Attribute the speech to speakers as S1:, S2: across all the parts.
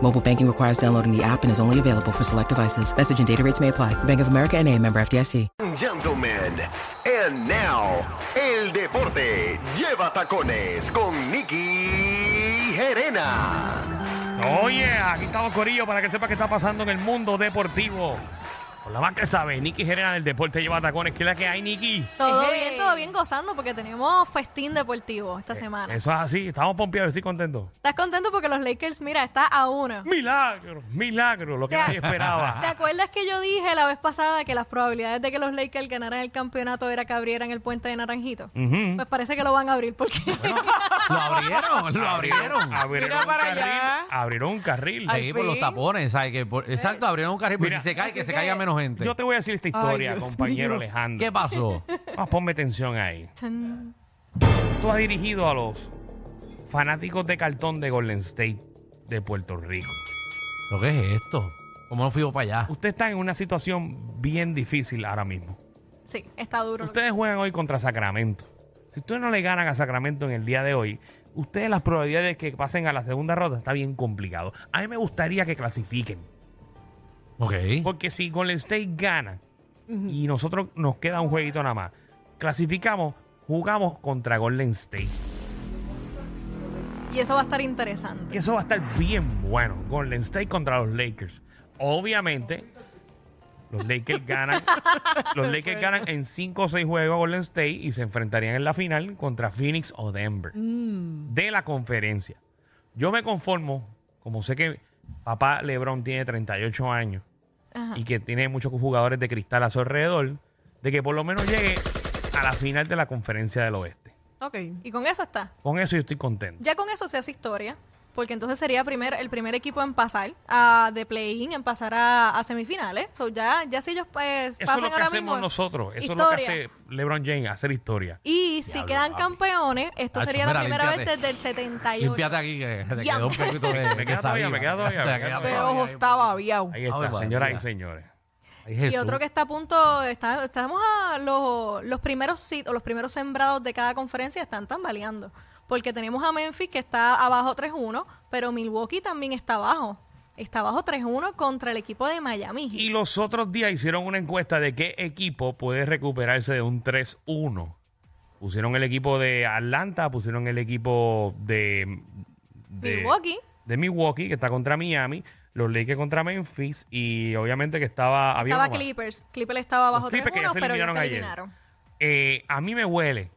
S1: Mobile banking requires downloading the app and is only available for select devices. Message and data rates may apply. Bank of America and a member FDIC.
S2: Gentlemen, and now, el deporte lleva tacones con Nicky Gerena.
S3: Oye, aquí estamos Corillo para que sepa qué está pasando en el mundo deportivo. Por la más que sabe, Nicky Gerena del Deporte lleva tacones. ¿Qué es la que hay, Nicky?
S4: Todo bien, todo bien gozando porque tenemos festín deportivo esta semana.
S3: Eso Este es así, estamos pompeados, estoy contento.
S4: ¿Estás contento porque los Lakers, mira, está a uno?
S3: Milagro, milagro, lo que
S4: Ya.
S3: nadie
S4: ¿Te
S3: esperaba.
S4: acuerdas que yo dije la vez pasada que las probabilidades de que los Lakers ganaran el campeonato era que abrieran el puente de Naranjito? Pues parece que lo van a abrir porque
S5: Lo abrieron, lo abrieron.
S3: Abrieron
S6: Mira
S3: un
S6: para
S3: carril.
S6: allá.
S3: Abrieron un carril.
S6: Ay,
S5: Ahí por los
S6: fin.
S5: tapones, ¿sabes? Que
S4: Eh,
S5: por- exacto, abrieron un carril, pero
S3: Mira,
S5: si se cae,
S6: así
S5: que se
S6: que-
S5: caiga menos gente.
S3: Yo te voy a decir esta historia,
S6: Dios
S3: compañero
S6: mío.
S3: Alejandro.
S5: ¿Qué pasó?
S3: Ah, ponme atención ahí.
S4: Chan.
S3: Tú has dirigido a los fanáticos de cartón de Golden State de Puerto Rico.
S5: ¿Lo que es esto? ¿Cómo no fui yo para allá?
S3: Usted está en una situación bien difícil ahora mismo.
S4: sí, está duro.
S3: Ustedes juegan hoy contra Sacramento. Si ustedes no le ganan a Sacramento en el día de hoy, ustedes las probabilidades de que pasen a la segunda ronda está bien complicado. A mí me gustaría que clasifiquen.
S5: Ok.
S3: Porque si Golden State gana y nosotros nos queda un jueguito nada más, clasificamos, jugamos contra Golden State.
S4: Y eso va a estar
S3: Y
S4: interesante.
S3: eso va a estar bien bueno. Golden State contra los Lakers. Obviamente, los Lakers ganan. los Lakers ganan en 5 o 6 juegos a Golden State y se enfrentarían en la final contra Phoenix o Denver. De la conferencia. Yo me conformo, como sé que papá LeBron tiene 38 años
S4: Ajá.
S3: y que tiene muchos jugadores de cristal a su alrededor, de que por lo menos llegue a la final de la conferencia del oeste.
S4: Ok, y con eso está.
S3: Con eso yo estoy contento.
S4: Ya con eso se hace historia, porque entonces sería primer, el primer equipo en pasar a, de play-in, en pasar a, a semifinales. So ya, ya si ellos pues,
S3: Eso es
S4: pasan
S3: lo que
S4: ahora
S3: hacemos
S4: mismo,
S3: nosotros. Eso es
S4: historia.
S3: lo que hace LeBron James, hacer historia.
S4: Y si quedan campeones, esto
S5: Tacho,
S4: sería
S5: mira,
S4: la primera
S5: límpiate.
S4: vez desde el 78.
S5: Limpiate aquí, que te
S4: Ya.
S5: quedó un poquito de.
S3: Me queda
S5: de
S3: todavía,
S5: saliva.
S3: me queda todavía,
S5: Te
S3: me queda
S5: queda
S6: Ese
S3: todavía.
S5: todavía.
S6: ojo estaba aviado.
S3: Ahí está,
S5: Ay, madre
S3: señoras
S5: mía.
S3: y señores.
S5: Ay, Jesús.
S4: Y otro que está a punto, está- estamos a los, los primeros sit- o los primeros sembrados de cada conferencia están tambaleando. Porque tenemos a Memphis que está abajo 3-1, pero Milwaukee también está abajo. Está abajo 3-1 contra el equipo de Miami.
S3: Y los otros días hicieron una encuesta de qué equipo puede recuperarse de un 3-1. Pusieron el equipo de Atlanta, pusieron el equipo de, de-
S4: Milwaukee.
S3: De Milwaukee, que está contra Miami, los Lakers contra Memphis y obviamente que estaba... había
S4: Estaba
S3: uno más.
S4: Clippers. Clippers estaba abajo
S3: Los Clippers que ya
S4: 3-1,
S3: se
S4: pero ya
S3: eliminaron
S4: se
S3: ayer.
S4: eliminaron.
S3: Eh, a mí me huele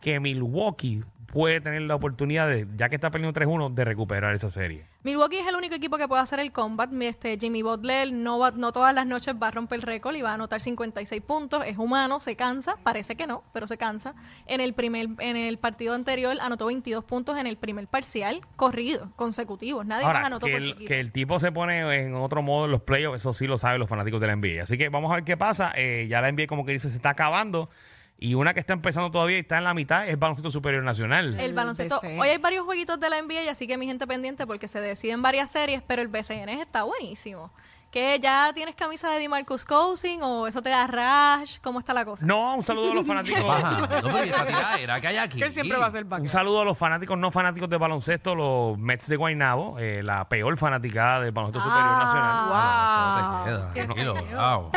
S3: que Milwaukee puede tener la oportunidad, de, ya que está perdiendo 3-1, de recuperar esa serie.
S4: Milwaukee es el único equipo que puede hacer el combat. Este, Jimmy Butler no, va- no todas las noches va a romper el récord y va a anotar 56 puntos. Es humano, se cansa. Parece que no, pero se cansa. En el, primer, en el partido anterior anotó 22 puntos en el primer parcial corrido, consecutivos. Nadie más
S3: Ahora,
S4: anotó
S3: que
S4: por su
S3: el,
S4: equipo.
S3: que el tipo se pone en otro modo en los playoffs, eso sí lo saben los fanáticos de la NBA. Así que vamos a ver qué pasa. Eh, ya la NBA, como que dice, se está acabando. Y una que está empezando todavía y está en la mitad es Baloncesto Superior Nacional.
S4: El
S6: El
S4: baloncesto.
S6: BCN.
S4: Hoy hay varios jueguitos de la NBA, así que mi gente pendiente porque se deciden varias series, pero el BCN está buenísimo. ¿Que ya tienes camisa de DeMarcus Cousin o eso te da rash? ¿Cómo está la cosa?
S3: No, un saludo a los
S5: ¿Qué
S3: fanáticos.
S5: pasa? No, pero ¿y esta tiradera que hay aquí.
S6: Que él siempre va a ser
S3: Un
S6: bacán.
S3: saludo a los fanáticos no fanáticos de baloncesto, los Mets de Guaynabo, eh, la peor fanaticada del baloncesto superior nacional.
S4: Ah,
S5: No, no
S6: Wow.
S5: te queda, tranquilo, wow.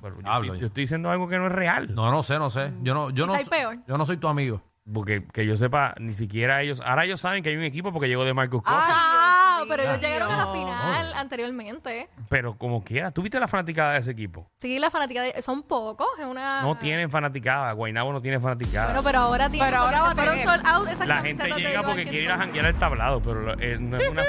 S3: Bueno, yo,
S5: Hablo
S3: estoy-
S5: ya.
S3: yo estoy diciendo algo que no es real.
S5: No, no sé, no sé. Yo no, yo no,
S4: Quizá hay peor.
S5: yo no soy tu amigo.
S3: Porque que yo sepa, ni siquiera ellos. Ahora ellos saben que hay un equipo porque llegó de Marcus Cousins.
S6: Ay,
S4: Ah, No, pero ellos llegaron a la
S6: Dios.
S4: final anteriormente.
S3: Pero como quiera, ¿tú viste la fanaticada de ese equipo?
S4: Sí, la fanática de- son pocos, es una...
S3: No tienen fanaticada, Guaynabo no tiene fanaticada.
S4: Bueno, pero ahora tienen.
S6: Pero ahora
S4: porque
S6: va
S4: se
S6: a
S4: fueron
S6: tener.
S4: sold out esas
S3: la gente
S4: camisetas de
S3: llega
S4: Joan
S3: porque
S4: que
S3: quiere ir a
S4: son-
S3: janguear el tablado, pero eh, no es una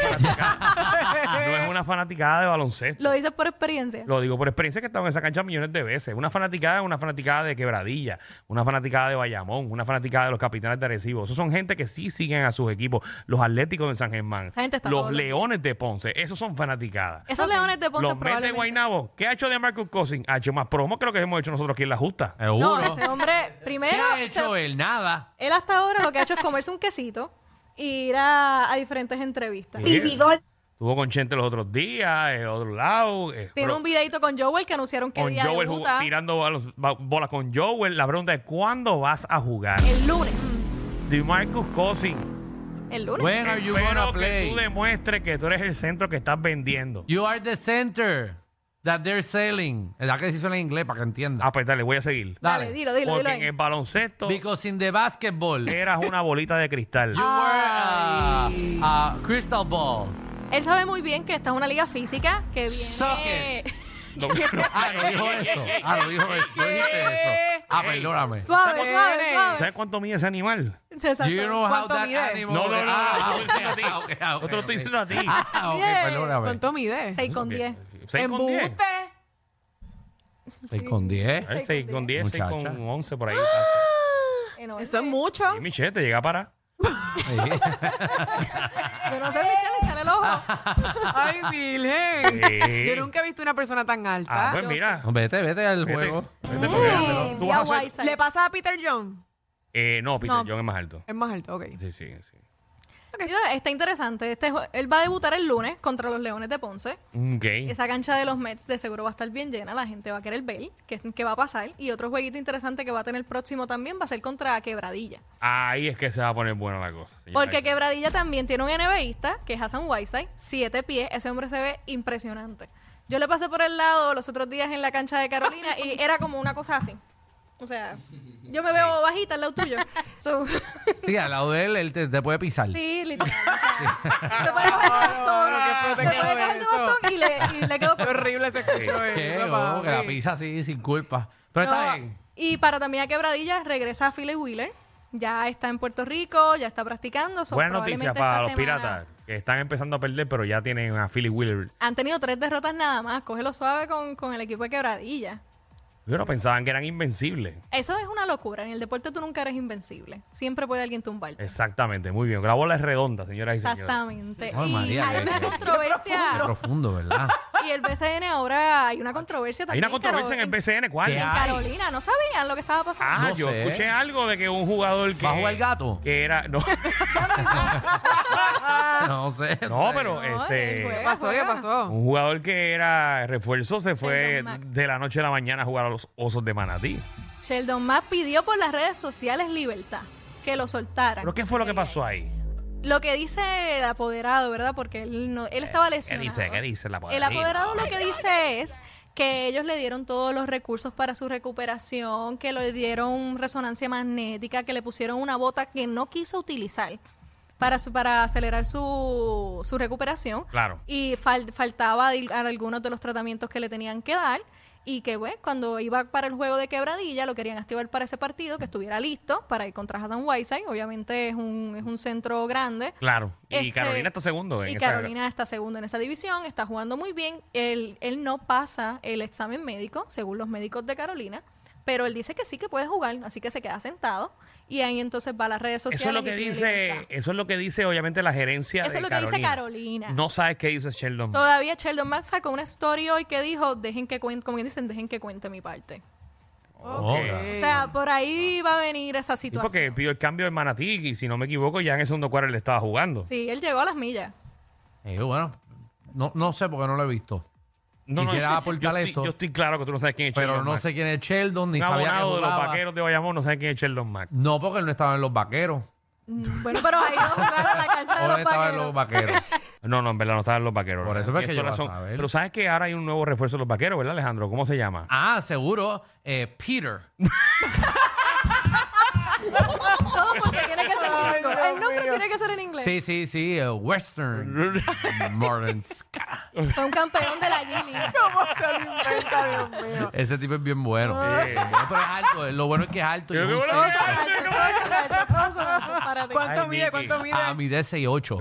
S3: fanaticada. no es una fanaticada de baloncesto.
S4: Lo dices por experiencia.
S3: Lo digo por experiencia que he estado en esa cancha millones de veces. Una fanaticada es una fanaticada de Quebradilla, una fanaticada de Bayamón, una fanaticada de los capitanes de Arecibo. Esos son gente que sí siguen a sus equipos. Los Atléticos de San Germán,
S4: Esa gente está
S3: los
S4: todos los
S3: Leones de Ponce, esos son fanaticadas.
S4: Esos leones de Ponce
S3: Los Mets de
S4: probablemente.
S3: Guaynabo, ¿qué ha hecho de Marcus Cousins? Ha hecho más promo que lo que hemos hecho nosotros aquí en La Justa.
S4: No,
S5: Seguro.
S4: ese hombre,
S5: ¿Qué
S4: primero,
S5: ha
S4: se-
S5: hecho él? Nada.
S4: él hasta ahora lo que ha hecho es comerse un quesito e ir a, a diferentes entrevistas.
S3: Y él Estuvo con Chente los otros días, el otro lado. eh,
S4: Tiene
S3: pero-
S4: un videito con Joel que anunciaron que
S3: con
S4: día
S3: Joel jugó-
S4: debuta
S3: tirando balos- ba- bolas con Joel. La pregunta es, ¿cuándo vas a jugar?
S4: el lunes.
S3: De Marcus Cousins.
S4: El lunes.
S5: When are you
S3: Espero
S5: gonna
S3: que tú
S5: play?
S3: demuestres que tú eres el centro que estás vendiendo.
S5: You are the center that they're selling. Es la que se hizo en inglés para que entienda.
S3: Ah, pues dale, voy a seguir.
S4: Dale,
S5: Dale.
S4: dilo, dilo,
S3: Porque
S4: dilo.
S3: en
S4: ahí.
S3: el baloncesto
S5: Because in the basketball, you
S3: eras una bolita de cristal.
S4: Ah,
S5: were a, a crystal ball.
S4: Él sabe muy bien que esta es una liga física que
S5: Suck
S4: viene.
S3: No, no.
S5: Ah, no dijo eso. Ah, no dijo eso. No dijiste eso. Ah, perdóname.
S4: Suave, suave,
S6: Viene.
S4: suave.
S3: ¿Sabes cuánto mide ese animal?
S4: Exacto.
S5: Do you know how
S6: ¿Cuánto
S5: that
S6: mide?
S5: animal...
S3: No, no, no, no,
S5: Ah,
S3: no, no, no, no,
S5: ok,
S3: no,
S5: ok,
S3: no te lo estoy
S5: ok.
S3: diciendo a ti.
S5: Ah, ok,
S4: Mide.
S5: perdóname.
S6: ¿Cuánto mide?
S4: 6 con 10.
S3: ¿Seis con diez?
S5: Seis con diez.
S3: A ver, seis con 10, 6 con
S5: Muchacha.
S3: 11, por ahí. Ah,
S4: Enorme.
S6: Eso es mucho.
S3: Y Michelle, te llega para.
S4: Yo no sé, Michelle, échale el ojo.
S5: Ah,
S6: Ay,
S3: Sí.
S6: Virgen. Yo nunca he visto una persona tan
S3: eh, Ah,
S6: alta.
S3: pues mira.
S5: Vete, vete al
S3: vete,
S5: juego. Mm.
S3: vete, porque
S4: Ay,
S3: tú
S4: vi
S3: vas
S4: a
S3: a hacer-
S4: Whiteside.
S6: ¿Le pasa a Peter John?
S3: Eh, no, Peter
S4: No.
S3: John es más alto.
S6: Es más alto, ok.
S3: Sí, sí, sí.
S4: Sí, bueno, está interesante. Este, jue- él va a debutar el lunes contra los Leones de Ponce.
S3: Ok.
S4: Esa cancha de los Mets de seguro va a estar bien llena. La gente va a querer ver qué, qué va a pasar. Y otro jueguito interesante que va a tener próximo también va a ser contra Quebradilla.
S3: Ahí es que se va a poner buena la cosa. señora.
S4: Porque Quebradilla también tiene un NBAista, que es Hassan Whiteside, siete pies. Ese hombre se ve impresionante. Yo le pasé por el lado los otros días en la cancha de Carolina y era como una cosa así. O sea, yo me veo bajita al lado tuyo. So,
S5: Sí, al lado de él, él te, te puede pisar.
S4: sí, literal. o sea, te puedes coger el
S6: no,
S4: botón, te
S6: qué feo te
S4: puedes
S6: quedó
S4: coger el
S6: eso.
S4: botón y le, y le quedó
S6: Qué horrible se escuchó
S5: Qué
S6: eso,
S5: bobo, que la
S6: papi.
S5: pisa así, sin culpa. Pero
S4: No, ah,
S5: está bien.
S4: Y para también a Quebradilla regresa a Philly Wheeler. Ya está en Puerto Rico, ya está practicando. so
S3: Buena
S4: probablemente
S3: noticia para
S4: esta
S3: los
S4: semana-
S3: piratas que están empezando a perder, pero ya tienen a Philly Wheeler.
S4: Han tenido tres derrotas nada más. Cógelo suave con, con el equipo de Quebradilla.
S3: Yo no pensaban que eran invencibles.
S4: Eso es una locura. En el deporte tú nunca eres invencible. Siempre puede alguien tumbarte.
S3: Exactamente, muy bien. La bola es redonda, señoras y señores.
S4: Exactamente.
S5: Ay,
S4: y
S5: María,
S4: hay
S5: qué-
S4: una
S5: qué Qué
S4: controversia.
S5: profundo, ¿verdad?
S4: y el BCN ahora hay una controversia
S3: Hay
S4: también.
S3: una controversia en el
S4: Caro-
S3: BCN, ¿cuál?
S5: ¿Qué
S4: en
S5: hay?
S4: Carolina, no sabían lo que estaba pasando.
S3: Ah,
S5: No
S3: yo
S5: sé.
S3: escuché algo de que un jugador que.
S5: ¿Va a jugar gato?
S3: Que era. No,
S5: No sé.
S3: no pero
S4: No, él
S3: este.
S6: ¿Qué
S4: juega.
S6: pasó? ¿Qué pasó?
S3: Un jugador que era refuerzo se fue
S4: Oh. Sheldon Mack.
S3: de la noche a la mañana a jugar a los osos de Manatí.
S4: Sheldon Mack pidió por las redes sociales libertad, que lo soltaran.
S3: ¿Pero qué fue lo que pasó ahí?
S4: Lo que dice el apoderado, ¿verdad? Porque él, no, él estaba
S3: Eh, ¿Qué
S4: lesionado.
S3: dice? ¿Qué dice el
S4: El
S3: apoderado?
S4: apoderado lo que dice es que ellos le dieron todos los recursos para su recuperación, que le dieron resonancia magnética, que le pusieron una bota que no quiso utilizar para, su- para acelerar su, su recuperación.
S3: Claro.
S4: Y fal- faltaba de- a algunos de los tratamientos que le tenían que dar. Y que, bueno, cuando iba para el juego de quebradilla, lo querían activar para ese partido, que estuviera listo para ir contra Hassan Whiteside. Obviamente es un, es un centro grande.
S3: Claro. Y
S4: Este,
S3: Carolina está segundo. En
S4: Y
S3: esa-
S4: Carolina está segundo en esa división, está jugando muy bien. Él, él no pasa el examen médico, según los médicos de Carolina, pero él dice que sí que puede jugar, así que se queda sentado. Y ahí entonces va a las redes sociales.
S3: Eso es lo
S4: y
S3: que
S4: pide
S3: dice,
S4: libertad.
S3: eso es lo que dice obviamente la gerencia
S4: Eso
S3: de
S4: es lo que
S3: Carolina.
S4: dice Carolina.
S3: No sabes qué dice Sheldon. Mack.
S4: Todavía Sheldon Mack sacó una story hoy que dijo, dejen que cuente, como bien dicen, dejen que cuente mi parte. O sea, por ahí va a venir esa
S3: Sí, porque
S4: situación.
S3: pidió el cambio de Manatí y si no me equivoco ya en el segundo cuarto le estaba jugando.
S4: Sí, él llegó a las millas.
S5: Eh, bueno, no, no sé porque no lo he visto.
S3: No, no,
S5: Quisiera
S3: yo-
S5: aportar
S3: yo, estoy-
S5: esto.
S3: Yo estoy claro que tú no sabes quién es
S5: Pero
S3: Sheldon
S5: no
S3: Mack.
S5: sé quién es Sheldon, ni
S3: Un
S5: sabía que
S3: abonado de los
S5: jugaba.
S3: vaqueros de Bayamón no sabe quién es Sheldon Mack.
S5: No, porque él no estaba en los vaqueros.
S4: Mm, Bueno, pero ahí va a jugar a la cancha de
S5: Ahora
S4: los
S5: estaba en
S4: vaqueros.
S5: los vaqueros.
S3: No, no, en verdad no estaba en los vaqueros.
S5: Por eso
S3: ¿verdad?
S5: es que
S3: Y esto
S5: yo
S3: la
S5: voy a saber.
S3: Pero sabes que ahora hay un nuevo refuerzo de los vaqueros, ¿verdad, Alejandro? ¿Cómo se llama?
S5: Ah, seguro. eh, Peter.
S4: Todo porque tiene que ser en
S6: Ay,
S4: inglés.
S6: Dios
S4: El nombre
S6: mío.
S4: tiene que ser en inglés.
S5: Sí, sí, sí, eh, Western. Modern Ska.
S4: Fue un campeón de la Gili.
S6: ¿Cómo se lo inventa, Dios mío?
S5: Ese tipo es bien bueno.
S3: Sí.
S5: No, pero es alto. eh, Lo bueno es que es alto. y
S3: Yo
S5: es
S3: creo
S5: un
S3: que
S4: Todos
S5: seis-
S4: son altos, todos son altos, todos son altos. Párate.
S6: ¿Cuánto
S3: Ay,
S6: mide?
S3: Nicky.
S6: ¿Cuánto mide?
S5: Ah, mide 6'8".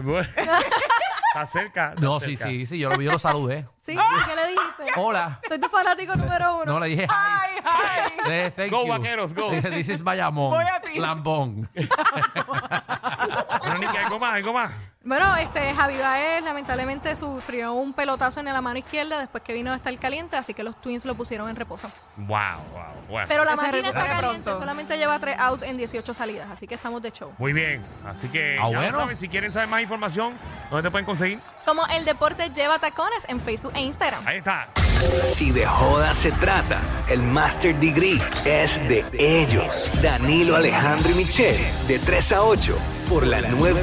S3: Está cerca. está
S5: No, sí,
S3: cerca.
S5: sí, sí. Yo lo vi, yo lo saludé.
S4: ¿Sí? ¿Y ¿Qué le dijiste?
S5: Ah. Hola.
S4: Soy tu fanático número uno.
S5: No, le dije hi.
S6: Ay, ay.
S5: Eh, thank
S3: Go,
S5: you.
S3: vaqueros, go.
S5: Dije, This is Bayamón.
S6: Voy a ti.
S5: Lambón.
S3: Bueno, Nicky, algo más, algo más.
S4: Bueno, este Javi Baez lamentablemente sufrió un pelotazo en la mano izquierda después que vino a estar caliente, así que los Twins lo pusieron en reposo.
S3: Wow, wow. Bueno.
S4: Pero la
S6: Que se
S4: máquina está
S6: recupere
S4: caliente,
S6: pronto.
S4: solamente lleva tres outs en 18 salidas, así que estamos de show.
S3: Muy bien. Así que
S5: Ah,
S3: ya lo
S5: bueno.
S3: saben, si quieren saber más información, ¿dónde te pueden conseguir?
S4: Como el deporte lleva tacones en Facebook e Instagram.
S3: Ahí está.
S7: Si de joda se trata, el Master Degree es de ellos. Danilo Alejandro y Michelle, de 3 a 8, por la nueva